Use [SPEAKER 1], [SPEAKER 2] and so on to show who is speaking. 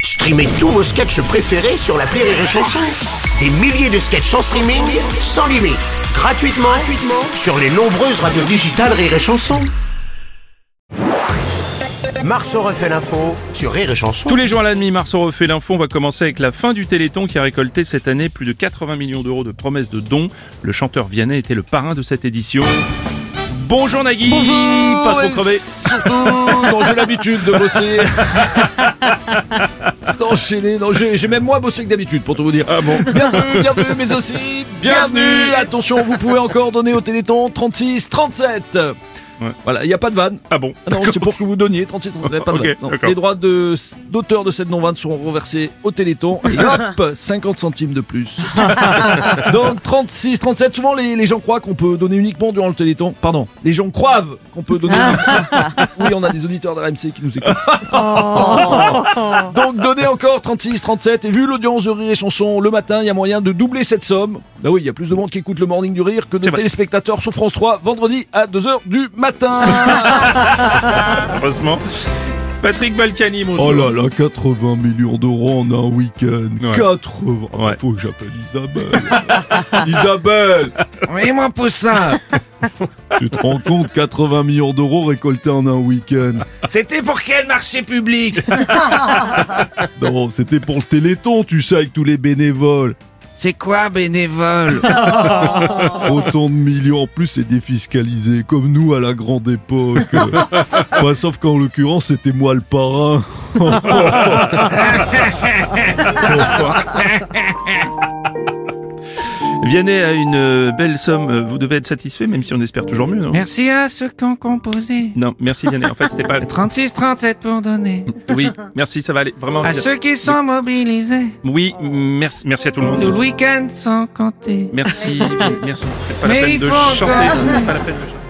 [SPEAKER 1] Streamez tous vos sketchs préférés sur la Rire et Chanson. Des milliers de sketchs en streaming, sans limite, gratuitement, gratuitement sur les nombreuses radios digitales Rire et Chanson. Marceau refait l'info sur Rire et Chanson.
[SPEAKER 2] Tous les jours à la demi, Marceau refait l'info. On va commencer avec la fin du Téléthon qui a récolté cette année plus de 80 millions d'euros de promesses de dons. Le chanteur Vianney était le parrain de cette édition. Bonjour Nagui Pas trop
[SPEAKER 3] et
[SPEAKER 2] crevé
[SPEAKER 3] Surtout, non, j'ai l'habitude de bosser. D'enchaîner, non, j'ai j'ai même moins bossé que d'habitude pour tout vous dire.
[SPEAKER 2] Ah bon
[SPEAKER 3] Bienvenue, bienvenue, mais aussi bienvenue.
[SPEAKER 2] Bienvenue.
[SPEAKER 3] Attention, vous pouvez encore donner au Téléthon 36, 37. Voilà, il n'y a pas de vanne.
[SPEAKER 2] Ah bon
[SPEAKER 3] Ah Non, c'est pour que vous donniez 36, 37, pas de
[SPEAKER 2] Ok,
[SPEAKER 3] vanne, non.
[SPEAKER 2] d'accord.
[SPEAKER 3] Les droits de- d'auteur de, cette non-vanne seront reversés au Téléthon. Et
[SPEAKER 2] Ah.
[SPEAKER 3] hop, 50 centimes de plus. Donc 36, 37, souvent les, les gens croient qu'on peut donner uniquement durant le Téléthon. Pardon, les gens croient qu'on peut donner. oui, on a des auditeurs de RMC qui nous écoutent. Donc donnez encore 36, 37 et vu l'audience de Rire et Chanson le matin, il y a moyen de doubler cette somme. Bah oui, il y a plus de monde qui écoute le Morning du Rire que de
[SPEAKER 2] C'est vrai.
[SPEAKER 3] téléspectateurs sur France 3 vendredi à 2h du matin.
[SPEAKER 2] Heureusement. Patrick Balkany, bonjour.
[SPEAKER 4] Oh là là, 80 millions d'euros en un week-end.
[SPEAKER 2] Ouais.
[SPEAKER 4] 80. Ah,
[SPEAKER 2] Ouais.
[SPEAKER 4] Faut que j'appelle Isabelle. Isabelle,
[SPEAKER 3] Oui, moi, poussin,
[SPEAKER 4] tu te rends compte 80 millions d'euros récoltés en un week-end.
[SPEAKER 3] c'était pour quel marché public
[SPEAKER 4] Non, c'était pour le Téléthon, tu sais, avec tous les bénévoles.
[SPEAKER 3] C'est quoi, bénévole
[SPEAKER 4] Autant de millions en plus, c'est défiscalisé, comme nous à la grande époque. Enfin, sauf qu'en l'occurrence, c'était moi le parrain.
[SPEAKER 2] Vianney a une euh, belle somme. Euh, Vous devez être satisfait, même si on espère toujours mieux, non
[SPEAKER 5] Merci à ceux qui ont composé.
[SPEAKER 2] Non, merci Vianney. En fait, c'était pas...
[SPEAKER 5] 36-37 pour donner.
[SPEAKER 2] Oui, merci, ça va aller. Vraiment.
[SPEAKER 5] À ceux qui sont mobilisés.
[SPEAKER 2] Oui, merci, merci à tout le
[SPEAKER 5] Tout le
[SPEAKER 2] monde.
[SPEAKER 5] week-end sans compter.
[SPEAKER 2] Merci, merci. C'est pas la
[SPEAKER 5] Mais
[SPEAKER 2] peine
[SPEAKER 5] il
[SPEAKER 2] de
[SPEAKER 5] faut
[SPEAKER 2] chanter.
[SPEAKER 5] encore.
[SPEAKER 2] C'est pas la peine de chanter.